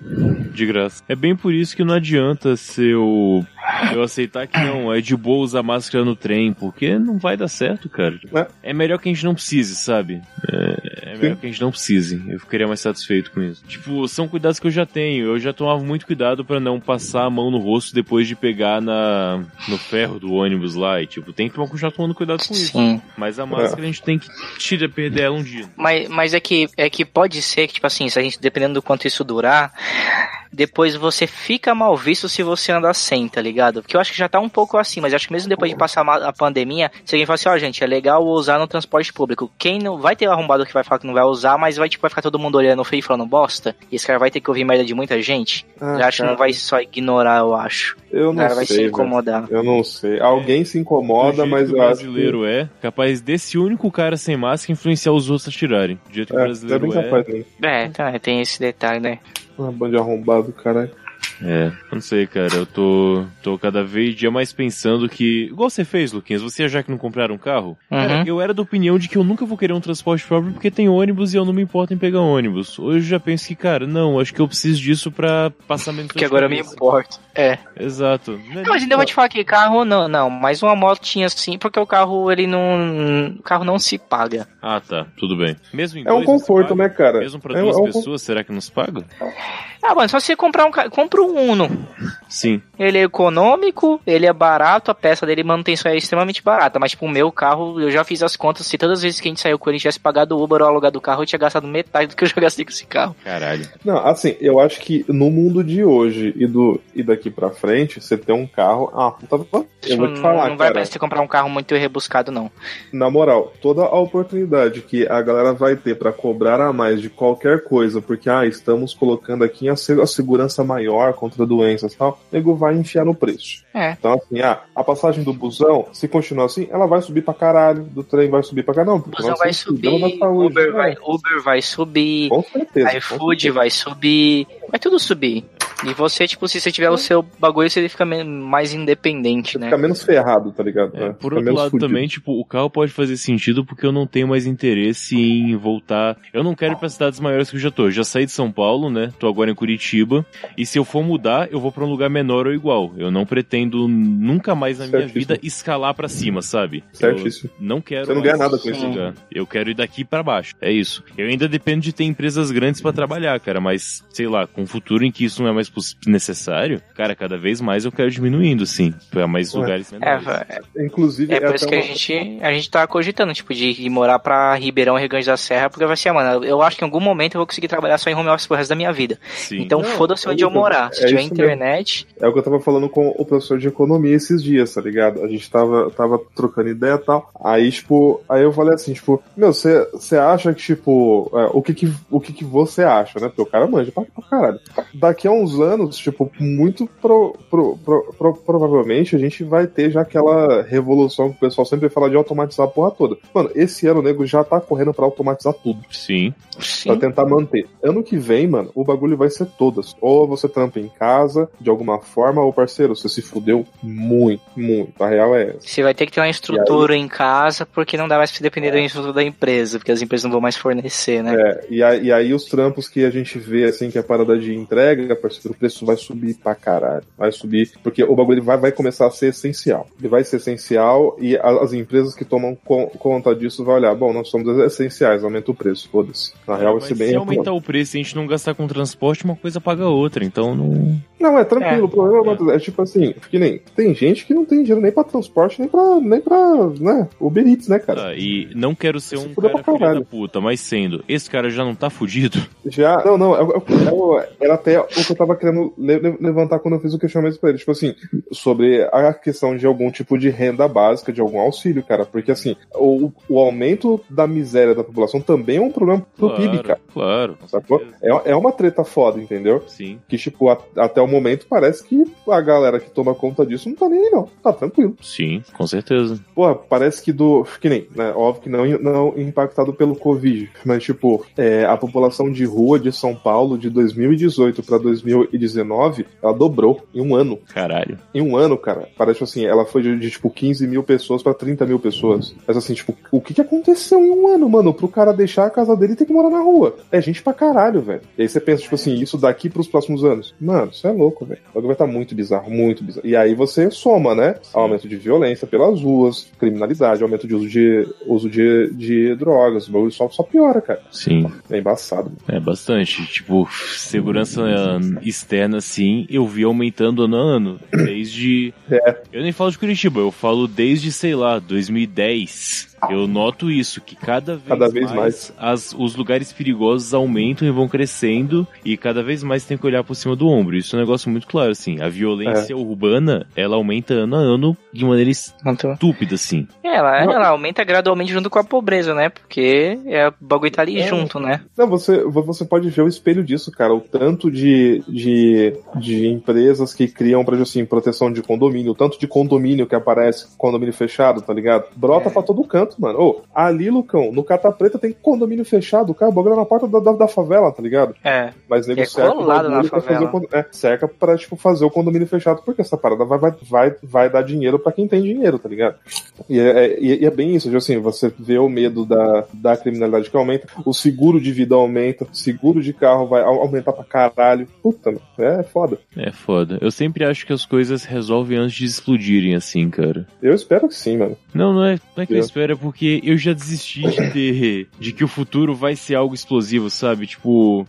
De graça. É bem por isso que não adianta se eu, eu aceitar que não, é de boa usar máscara no trem, porque não vai dar certo, cara. É melhor que a gente não precise, sabe? É, é melhor que a gente não precise. Eu ficaria mais satisfeito com isso. Tipo, são cuidados que eu já tenho. Eu já tomava muito cuidado pra não passar a mão no rosto depois de pegar na, no ferro do ônibus lá. E, tipo, tem que tomar- continuar tomando cuidado É, com isso. Sim. Mas a máscara a gente tem que tira, perder ela um dia. Mas, mas é, que, é que pode ser que, tipo assim, se a gente, dependendo do quanto isso durar, depois você fica mal visto se você andar sem, tá ligado? Porque eu acho que já tá um pouco assim, mas eu acho que mesmo depois de passar ma- a pandemia, se alguém falar assim, ó, gente, é legal usar no transporte público. Quem não vai ter arrombado que vai falar que não vai usar, mas vai, tipo, vai ficar todo mundo olhando feio e falando bosta, e esse cara vai ter que ouvir merda de muita gente. Ah, eu acho que cara, não vai só ignorar, eu acho. Eu O não cara vai sei. se velho. incomodar. Eu não sei. Alguém se Do incomoda, jeito mas que o eu acho. que- brasileiro é capaz desse único cara sem máscara influenciar os outros a tirarem. Do jeito que É, o é bem brasileiro é. capaz, né? É, tá, tem esse detalhe, né? Ah, bando de arrombado, caralho. É, eu não sei, cara. Eu tô, tô cada vez dia mais pensando que. Igual você fez, Luquinhas, você e a Jaque não compraram um carro? Cara, Uhum. eu era da opinião de que eu nunca vou querer um transporte próprio porque tem ônibus e eu não me importo em pegar ônibus. Hoje eu já penso que, cara, não, acho que eu preciso disso pra passar menos dor Porque de agora eu me cabeça. importo. É. Exato. Não é Não, mas ainda vou te falar que carro não, não, mas uma motinha assim, porque o carro ele não, o carro não se paga. Ah, tá, tudo bem. Mesmo em É um dois, não se conforto, paga? né, cara? Mesmo pra É um- duas é um con- pessoas, será que nos paga? Ah, mano, só se você comprar um, ca- compra um Uno. Sim. Ele é econômico, ele é barato, a peça dele manutenção é extremamente barata, mas tipo o meu carro, eu já fiz as contas, se todas as vezes que a gente saiu com ele tivesse pagado o Uber ou alugado o carro, eu tinha gastado metade do que eu já gastei com esse carro. Caralho. Não, assim, eu acho que no mundo de hoje e, do, e daqui pra frente, você ter um carro. Ah, puta, eu vou te não, falar, Tipo, não vai cara. mais você comprar um carro muito rebuscado não. Na moral, toda a oportunidade que a galera vai ter pra cobrar a mais de qualquer coisa, porque, ah, estamos colocando aqui a, se- a segurança maior contra doenças e tal, o nego vai enfiar no preço. É. Então, assim, ah, a passagem do busão, se continuar assim, ela vai subir pra caralho, do trem vai subir pra caralho. Não, O porque busão nós vai estamos cuidando da subir, saúde. Uber É, vai, Uber vai subir. Com certeza. com iFood vai subir, vai tudo subir. E você, tipo, se você tiver o seu bagulho, você fica men- mais independente, né? Fica menos ferrado, tá ligado? Né? É, por Fica outro menos lado fudido. também, tipo, o carro pode fazer sentido porque eu não tenho mais interesse em voltar. Eu não quero ir pra cidades maiores que eu já tô. Eu já saí de São Paulo, né? Tô agora em Curitiba. E se eu for mudar, eu vou pra um lugar menor ou igual. Eu não pretendo nunca mais na minha Certíssimo. vida escalar pra cima, sabe? Eu Certíssimo. não quero Você não mais ganha nada com isso. lugar. Eu quero ir daqui pra baixo. É isso. Eu ainda dependo de ter empresas grandes pra trabalhar, cara, mas sei lá, com o futuro em que isso não é mais poss- necessário, cara, cada vez mais eu quero diminuindo, sim, pra mais Ué. lugares É, menores. va- Inclusive, é por isso até que a uma- gente, a gente tá cogitando, tipo, de ir morar pra Ribeirão, Rio Grande da Serra, porque vai ser, ah, mano, eu acho que em algum momento eu vou conseguir trabalhar só em home office pro resto da minha vida. Sim. Então Não, foda-se é onde eu isso, morar. Se é tiver isso internet, É o que eu tava falando com o professor de economia esses dias, tá ligado? A gente tava, tava trocando ideia e tal. Aí, tipo, aí eu falei assim, tipo, meu, você acha que, tipo, é, o, que que, o que que você acha, né? Porque o cara manja pra, pra caralho. Daqui a uns anos, tipo, muito pro, pro, pro- pro- provavelmente a gente vai ter já aquela revolução que o pessoal sempre fala de automatizar a porra toda. Mano, esse ano o nego já tá correndo pra automatizar tudo. Sim. sim. Pra tentar manter. Ano que vem, mano, o bagulho vai ser todas. Ou você trampa em casa, de alguma forma, ou parceiro, você se fudeu muito, muito. A real é essa. Você vai ter que ter uma estrutura em casa, porque não dá mais pra você depender da estrutura da empresa, porque as empresas não vão mais fornecer, né? É, e, aí, e aí os trampos que a gente vê, assim, que é parada de entrega, parceiro, o preço vai subir pra caralho. Vai subir, porque o bagulho vai, vai começar a ser essencial. Ele vai ser essencial e a- as empresas que tomam con- conta disso vão olhar, bom, nós somos essenciais, aumenta o preço, foda-se. Na real, Mas vai ser se bem... aumentar o preço e a gente não gastar com transporte, uma coisa paga a outra, então não. Não, é tranquilo. É. O problema Matheus, é tipo assim, que nem tem gente que não tem dinheiro nem pra transporte, nem pra, nem pra né, Uber Eats, né, cara? Tá, e não quero ser Isso um tudo é cara pra filho da caralho. puta, mas sendo, esse cara já não tá fudido? Já. é, Não, não, eu- eu- eu- era até o que eu tava querendo le- le- levantar quando eu fiz o questionamento pra ele. Tipo assim, sobre a questão de algum tipo de renda básica, de algum auxílio, cara. Porque assim, o, o aumento da miséria da população também é um problema pro Claro, PIB, cara. claro. com Sacou? certeza. É, é uma treta foda, entendeu? Sim. Que, tipo, a- até o momento parece que a galera que toma conta disso não tá nem aí, não. Tá tranquilo. Sim, com certeza. Porra, parece que do. Que nem, né? Óbvio que não, não impactado pelo Covid. Mas, tipo, é, a população de rua de São Paulo de 2018 pra 2019, ela dobrou em um ano. Caralho. Em um ano, cara. Parece assim, ela foi de, de, tipo 15 mil pessoas pra 30 mil pessoas. Mas assim, tipo, o que que aconteceu em um ano, mano? Pro cara deixar a casa dele e ter que morar na rua. É gente pra caralho, velho. E aí você pensa, tipo assim, isso daqui pros próximos anos. Mano, isso é louco, velho. O bagulho vai estar muito bizarro, muito bizarro. E aí você soma, né? Aumento de violência pelas ruas, criminalidade, aumento de uso de, uso de, de drogas. O bagulho só, só piora, cara. Sim. É embaçado. É bastante. Tipo, segurança eh, externa, sim, eu vi aumentando ano a ano. Desde. É. Eu nem falo de Curitiba, eu falo desde, sei lá, 2010. Eu noto isso, que cada vez Cada vez as- os lugares perigosos aumentam e vão crescendo, e cada vez mais tem que olhar por cima do ombro. Isso é um negócio muito claro, assim. A violência É. urbana, ela aumenta ano a ano de maneira Quanto- estúpida, assim. É, Ela, Não. ela aumenta gradualmente junto com a pobreza, né? Porque é, o bagulho tá ali É. junto, né? Não, você, vo- você pode ver o espelho disso, cara. O tanto de, de, de empresas que criam, por exemplo, assim, proteção de condomínio, o tanto de condomínio que aparece, condomínio fechado, tá ligado? Brota É. pra todo canto, mano. Ô, ali, Lucão, no Cata Preta tem condomínio fechado, cara, o bagulho é na porta da, da, da favela, tá ligado? É. Mas nego É cerca o colado na bagulho pra fazer o favela. condo- é, cerca pra, tipo, fazer o condomínio fechado, porque essa parada vai, vai, vai, vai dar dinheiro pra quem tem dinheiro, tá ligado? E é, é- e é bem isso, tipo assim, você vê o medo da, da criminalidade que aumenta, o seguro de vida aumenta, o seguro de carro vai au- aumentar pra caralho. Puta, mano, é foda. É foda. Eu sempre acho que as coisas resolvem antes de explodirem, assim, cara. Eu espero que sim, mano. Não, não é, não é que eu É. espero, é porque eu já desisti de ter. de que o futuro vai ser algo explosivo, sabe? Tipo.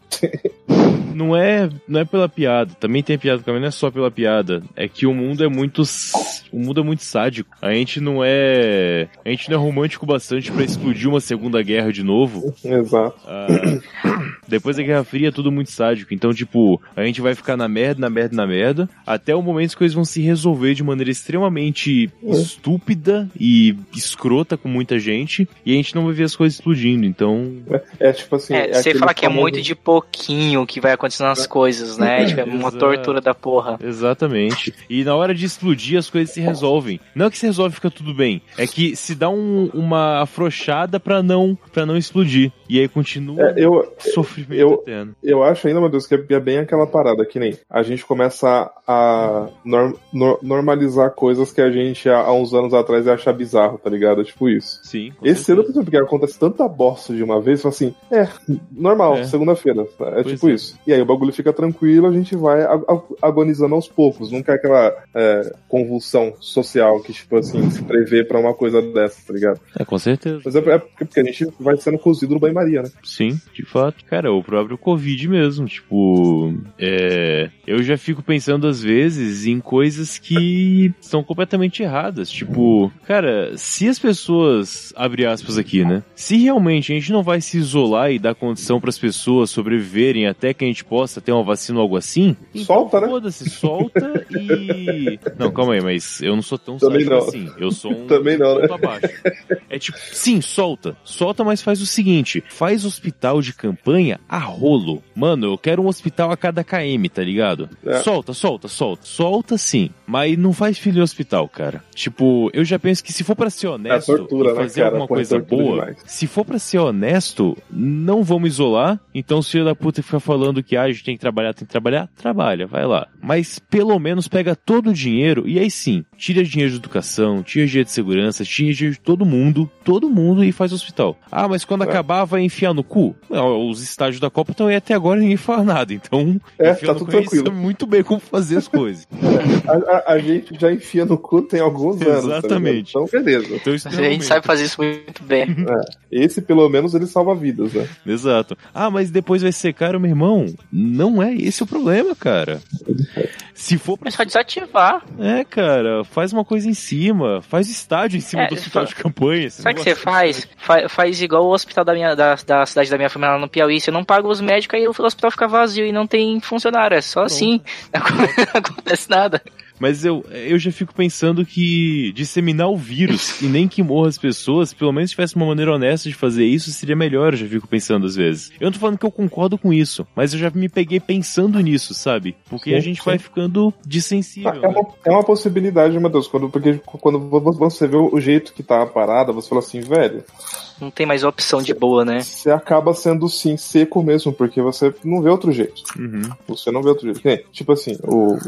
Não é, não é pela piada. Também tem a piada, também não é só pela piada. É que o mundo é muito. s- O mundo é muito sádico. A gente não é. A gente não é romântico bastante pra explodir uma segunda guerra de novo. Exato. Ah, depois da Guerra Fria é tudo muito sádico. Então, tipo, a gente vai ficar na merda, na merda, na merda, até o momento que as coisas vão se resolver de maneira extremamente É. estúpida e escrota com muita gente, e a gente não vai ver as coisas explodindo. Então, É tipo assim. É, você aquele fala que é famoso- muito de pouquinho que vai acontecendo as coisas, né? Tipo, é uma Exato. tortura da porra. exatamente. E na hora de explodir, as coisas se resolvem. Não é que se resolve e fica tudo bem, é que se dá um- uma afrouxada pra não, pra não explodir. E aí continua É, eu, sofrimento eu- eterno. Eu acho ainda, meu Deus, que é bem aquela parada que nem a gente começa a nor- nor- normalizar coisas que a gente há há uns anos atrás ia achar bizarro, tá ligado? É Tipo isso. Sim. com Esse ano, certeza. porque acontece tanta bosta de uma vez, fala assim, é, normal, É. segunda-feira, tá? é Pois tipo é. isso. E aí o bagulho fica tranquilo, a gente vai a- a- agonizando aos poucos, nunca é aquela é, convulsão social que, tipo assim, se prevê pra uma coisa dessa, tá ligado? É, com certeza. Mas é, é porque a gente vai sendo cozido no banho-maria, né? Sim, de fato. Cara, o próprio Covid mesmo. Tipo, é. Eu já fico pensando às vezes em coisas que são completamente erradas. Tipo, cara, se as pessoas. Abre aspas aqui, né? Se realmente a gente não vai se isolar e dar condição pras pessoas sobreviverem até que a gente possa ter uma vacina ou algo assim. Solta, né? Foda-se, solta e. Não, calma aí, mas eu não sou tão Também sábio não. assim. Eu sou um. Também não, né? ponto abaixo. É tipo, sim, solta. Solta, mas faz o seguinte: faz hospital de campanha a rolo. Mano, eu quero um hospital a cada KM, tá ligado? É. Solta, solta, solta. Solta sim. Mas não faz filho em hospital, cara. Tipo, eu já penso que se for pra ser honesto É tortura, e né, fazer cara? alguma Pô, é coisa tortura boa, demais. se for pra ser honesto, não vamos isolar. Então, se o filho da puta fica falando que ah, a gente tem que trabalhar, tem que trabalhar, trabalha, vai lá. Mas pelo menos pega todo o dinheiro e aí sim, tira dinheiro de educação, tira dinheiro de segurança, tira dinheiro de todo mundo, todo mundo e faz hospital. Ah, mas quando É. acabar vai enfiar no cu? Não, os estágios da Copa estão aí até agora e ninguém fala nada. Então, É, enfia tá no tudo cu, aí tranquilo. sabe muito bem como fazer as coisas. A, a- a gente já enfia no cu tem alguns anos. tá ligado? Exatamente. então, beleza. Então, isso A não é o gente momento. sabe fazer isso muito bem. Esse, pelo menos, ele salva vidas, né? Exato. Ah, mas depois vai ser caro, meu irmão. Não é esse o problema, cara. Se for pra. É só desativar. É, cara, faz uma coisa em cima. Faz estádio em cima É, do hospital de campanha. Sabe o que você faz? Fa- faz igual o hospital da, minha, da, da cidade da minha família lá no Piauí. Você não paga os médicos, aí o hospital fica vazio e não tem funcionário. É só assim. Não acontece nada. Mas eu, eu já fico pensando que disseminar o vírus e nem que morra as pessoas, pelo menos se tivesse uma maneira honesta de fazer isso, seria melhor, eu já fico pensando às vezes. Eu não tô falando que eu concordo com isso, mas eu já me peguei pensando nisso, sabe? Porque a Sim, gente sim. vai ficando dissensível. É né? uma, é uma possibilidade, Matheus, quando, porque quando vo- você vê o jeito que tá a parada, você fala assim, velho, Não tem mais opção de boa, né? você acaba sendo sim seco mesmo, porque você não vê outro jeito. Uhum. Você não vê outro jeito. Que nem, Tipo assim, o,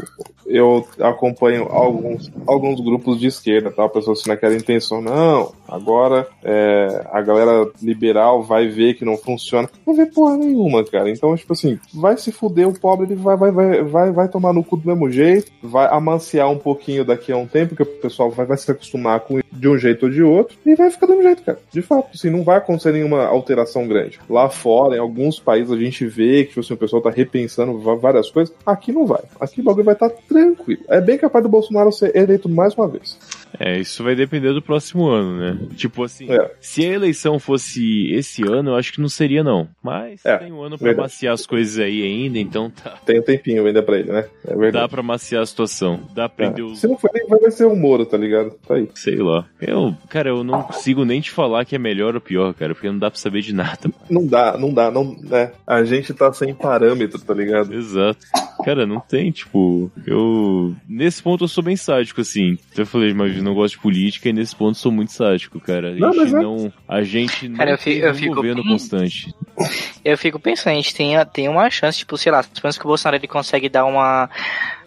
eu acompanho alguns, alguns grupos de esquerda, tá? Pessoas assim, naquela intenção, não, agora é, a galera liberal vai ver que não funciona. Não vê porra nenhuma, cara. Então, tipo assim, vai se fuder o pobre, ele vai, vai, vai, vai, vai tomar no cu do mesmo jeito, vai amanciar um pouquinho daqui a um tempo, que o pessoal vai, vai se acostumar com de um jeito ou de outro, e vai ficar do mesmo jeito, cara. De fato, assim, não vai acontecer nenhuma alteração grande. Lá fora, em alguns países, a gente vê que tipo assim, o pessoal tá repensando va- várias coisas. Aqui não vai. Aqui o bagulho vai estar tranquilo. É bem capaz do Bolsonaro ser eleito mais uma vez. É, isso vai depender do próximo ano, né? Tipo assim, É. se a eleição fosse esse ano, eu acho que não seria, não. Mas É, tem um ano pra verdade. maciar as coisas aí ainda, então tá. Tem um tempinho ainda pra ele, né? É Dá verdade. pra maciar a situação. Dá pra prender É. os. Se não for, ele, vai ser o Moro, tá ligado? Tá aí. Sei lá. Eu, cara, eu não consigo nem te falar que é melhor ou pior, cara, porque não dá pra saber de nada. Não dá, não dá, não. É. A gente tá sem parâmetro, tá ligado? Exato. Cara, não tem, tipo, eu. Nesse ponto eu sou bem sádico, assim. Eu falei, mas eu não gosto de política e nesse ponto eu sou muito sádico, cara. A gente Não, mas é. não. A gente não Cara, eu fi- tem eu um fico- governo Hum. constante. Eu fico pensando, a gente tem, a- tem uma chance, tipo, sei lá, pelo menos que o Bolsonaro ele consegue dar uma,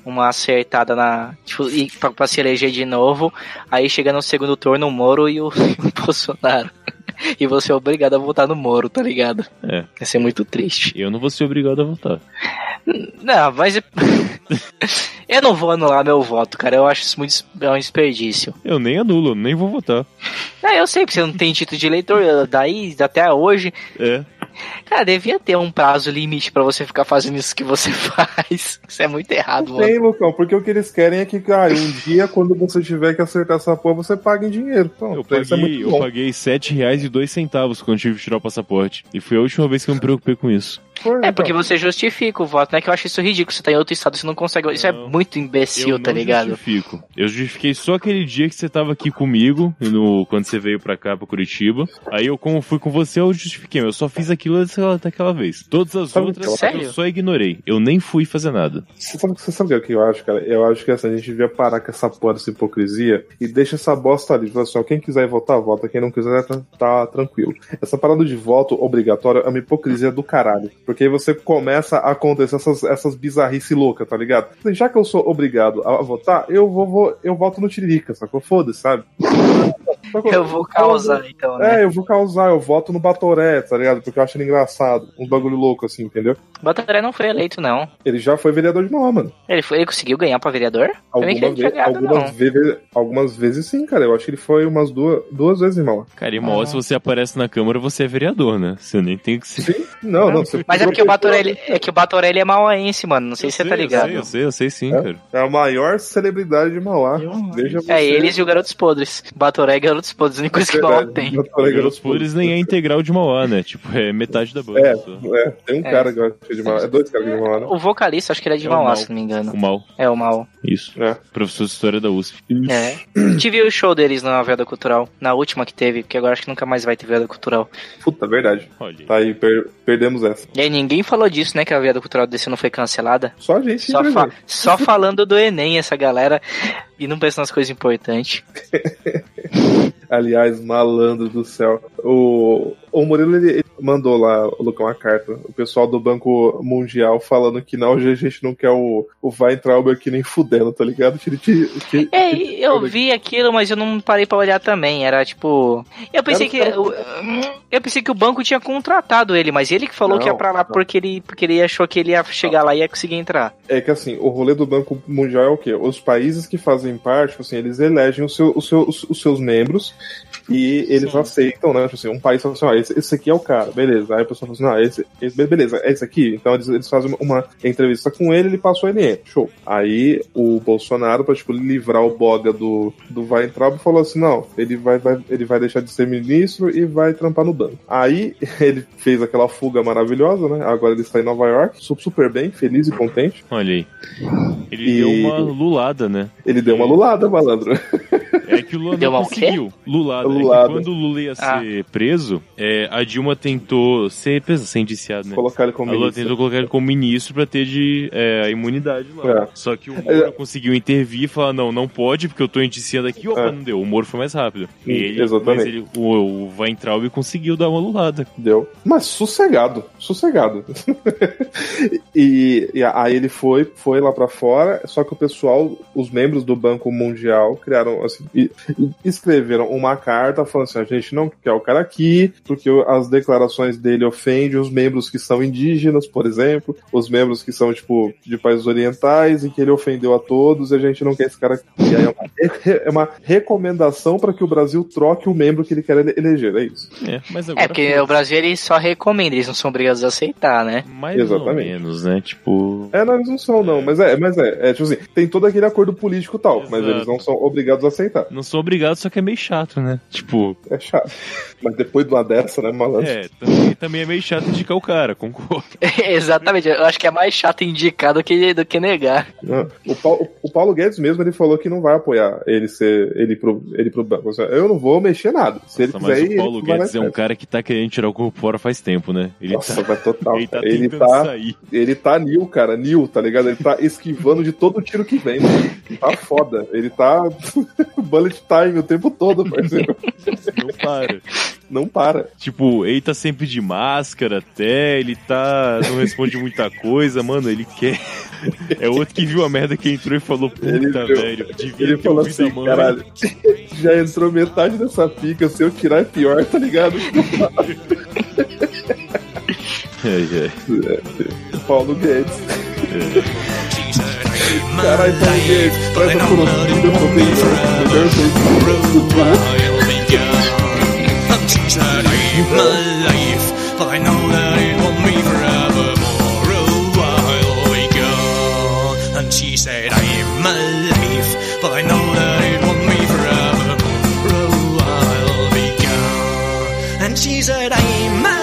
uma acertada na. Tipo, e pra, pra se eleger de novo. Aí chega no segundo turno o Moro e o, o Bolsonaro. E você é obrigado a votar no Moro, tá ligado? É. Vai ser muito triste. Eu não vou ser obrigado a votar. Não, mas. é Eu não vou anular meu voto, cara. Eu acho isso muito des- é um desperdício. Eu nem anulo, eu nem vou votar. Ah, eu sei que você não tem título de eleitor, daí até hoje. É. Cara, devia ter um prazo limite pra você ficar fazendo isso que você faz. Isso é muito errado, Não mano. tem, Lucão, porque o que eles querem é que, cara, um dia, quando você tiver que acertar essa porra, você paga em dinheiro. Então, Eu pra eles é paguei, muito eu bom. paguei R$ 7,02 quando tive que tirar o passaporte. E foi a última vez que eu me preocupei com isso. Foi, É então. porque você justifica o voto, né? Que eu acho isso ridículo. Você tá em outro estado, você não consegue. Isso Não. é muito imbecil, eu tá não ligado? justifico. Eu justifiquei só aquele dia que você tava aqui comigo, no, quando você veio pra cá, pra Curitiba. Aí eu, como fui com você, eu justifiquei. mas Eu só fiz aquilo daquela, daquela vez. Todas as Sabe outras que Então, eu- Sério? eu só ignorei. Eu nem fui fazer nada. Você sabe, você sabe o que eu acho, cara? Eu acho que assim, a gente devia parar com essa porra dessa hipocrisia e deixa essa bosta ali. Fala assim, ó, quem quiser votar, vota. Quem não quiser, tá, tá tranquilo. Essa parada de voto obrigatório é uma hipocrisia do caralho. Porque aí você começa a acontecer essas, essas bizarrices loucas, tá ligado? Assim, Já que eu sou obrigado a votar, eu vou, vou- eu voto no Tiririca, sacou? Foda-se, sabe? Sacou? Eu vou causar, então, né? É, eu vou causar, eu voto no Batoré, tá ligado? Porque eu acho ele engraçado. Um bagulho louco, assim, entendeu? Batoré não foi eleito, não. Ele já foi vereador de Mauá, mano. Ele, foi, ele conseguiu ganhar pra vereador? Eu nem Alguma acredito vez, em nada, algumas, não. vezes, algumas vezes sim, cara. Eu acho que ele foi umas duas, duas vezes, irmão. Cara, e uma Ah. hora se você aparece na Câmara, você é vereador, né? Você nem tem que ser. Não, Não, não. você Mas é porque o procurou- Batoré, ele- é que o Batoré ele é mauaense, mano. Não sei se você tá ligado. Eu sei, eu sei, eu sei sim, É? cara. É a maior celebridade de Mauá. Veja você. É eles e o Garotos Podres. Batoré e Garotos Podres, a única coisa que Mauá Verdade, tem. Batoré, Garotos Garotos Podres nem é integral de Mauá, né? Tipo, é metade da banda. É, só. é, tem um É. cara que eu acho que é de Mauá. É dois caras que é de Mauá, né? O vocalista, acho que ele é de É o Mauá, Mau. se não me engano. O mal. É o Mauá. Isso. É. Professor de História da USP. É. Tive o show deles na Veda Cultural, na última que teve, que agora acho que nunca mais vai ter Veda Cultural. Puta, verdade. Olha. Tá aí, per- perdemos essa. E aí ninguém falou disso, né? Que a Veda Cultural desse ano foi cancelada. Só a gente Só, fa- infelizmente. só falando do Enem, essa galera. E não pensa nas coisas importantes. Aliás, malandro do céu. O, o Murilo ele, ele mandou lá, o Lucão, uma carta. O pessoal do Banco Mundial falando que não, hoje a gente não quer o, o Weintraub aqui nem fudendo, tá ligado? Que ele te- que- É, e eu vi aquilo, mas eu não parei pra olhar também. Era tipo. Eu pensei que. Era Eu, eu pensei que o banco tinha contratado ele, mas ele que falou que ia Não, pra lá não. porque ele, porque ele achou que ele ia chegar lá e ia conseguir entrar. É que assim, o rolê do Banco Mundial é o quê? Os países que fazem parte, tipo assim, eles elegem o seu, o seu- os, os seus membros E eles Sim. aceitam, né? Tipo assim, um país fala assim, ó, esse, esse aqui é o cara, beleza. Aí a pessoa fala assim, ah, esse, esse- be- beleza, é esse aqui. Então eles, eles fazem uma entrevista com ele, ele passou ele entra. Show. Aí o Bolsonaro, pra tipo, livrar o boga do, do Weintraub, falou assim: não, ele vai, vai- ele vai deixar de ser ministro e vai trampar no banco. Aí ele fez aquela fuga maravilhosa, né? Agora ele está em Nova York, su- super bem, feliz e contente. Olha aí. Ele E- deu uma lulada, né? Ele deu uma lulada, malandro. É que o Lula Deu não uma o quê? conseguiu. Lulada. É Lulada. que quando o Lula ia Ah. ser preso, é, a Dilma tentou ser, pensa, ser indiciado, né? Colocar ele como A Lula ministro. tentou colocar ele como ministro pra ter de, é, a imunidade lá. É. Só que o Moro conseguiu intervir e falar: não, não pode, porque eu tô indiciando aqui. Opa, É. não deu. O Moro foi mais rápido. E Sim, ele, exatamente. Mas ele, o, o Weintraub conseguiu dar uma lulada. Deu. Mas sossegado, sossegado. e, e aí ele foi, foi lá pra fora, só que o pessoal, os membros do Banco Mundial, criaram assim, e- e escreveram uma carta falando assim: a gente não quer o cara aqui, porque as declarações dele ofendem os membros que são indígenas, por exemplo, os membros que são, tipo, de países orientais, e que ele ofendeu a todos, e a gente não quer esse cara aqui. E aí é uma, é uma recomendação para que o Brasil troque o membro que ele quer ele- eleger, é isso. É, mas agora. É, porque o Brasil ele só recomenda, eles não são obrigados a aceitar, né? Mais ou Exatamente. menos, né? Tipo. É, não, eles não são, não. Mas é, mas é, é tipo assim, tem todo aquele acordo político e tal, mas Exato. eles não são obrigados a aceitar. Não sou obrigado, só que é meio chato, né? Tipo, É chato. mas depois de uma dessa, né, malandro? é, também, também é meio chato indicar o cara, concordo. Exatamente, eu acho que é mais chato indicar do que, do que negar. Não. O, Paulo, o Paulo Guedes mesmo, ele falou que não vai apoiar ele ser ele pro, ele pro banco. Ou seja, Eu não vou mexer nada. Se ele Nossa, quiser mas ir, o Paulo ele vai Guedes é lá um e faz. cara que tá querendo tirar o corpo fora faz tempo, né? Ele Nossa, tá. vai total. Ele tá cara. Ele tentando tá, sair. ele tá new, cara, new, tá ligado? Ele tá esquivando de todo tiro que vem, mano. Tá foda. Ele tá bullet time o tempo todo, parceiro. Não para. Não para. Tipo, ele tá sempre de máscara até, ele tá. não responde muita coisa, mano, ele quer. É outro que viu a merda que entrou e falou, puta Ele viu. velho, devia Ele ter falou ouvido assim, a mãe. caralho, já entrou metade dessa pica, se eu tirar é pior, tá ligado? É, é. Paulo Guedes. Caralho, Paulo Guedes, traz a corostinha, eu tô bem, né? Melhor jeito. She said, I'm alive, but I know that it won't be forever. Oh, I'll be gone. And she said, I'm alive. Oh,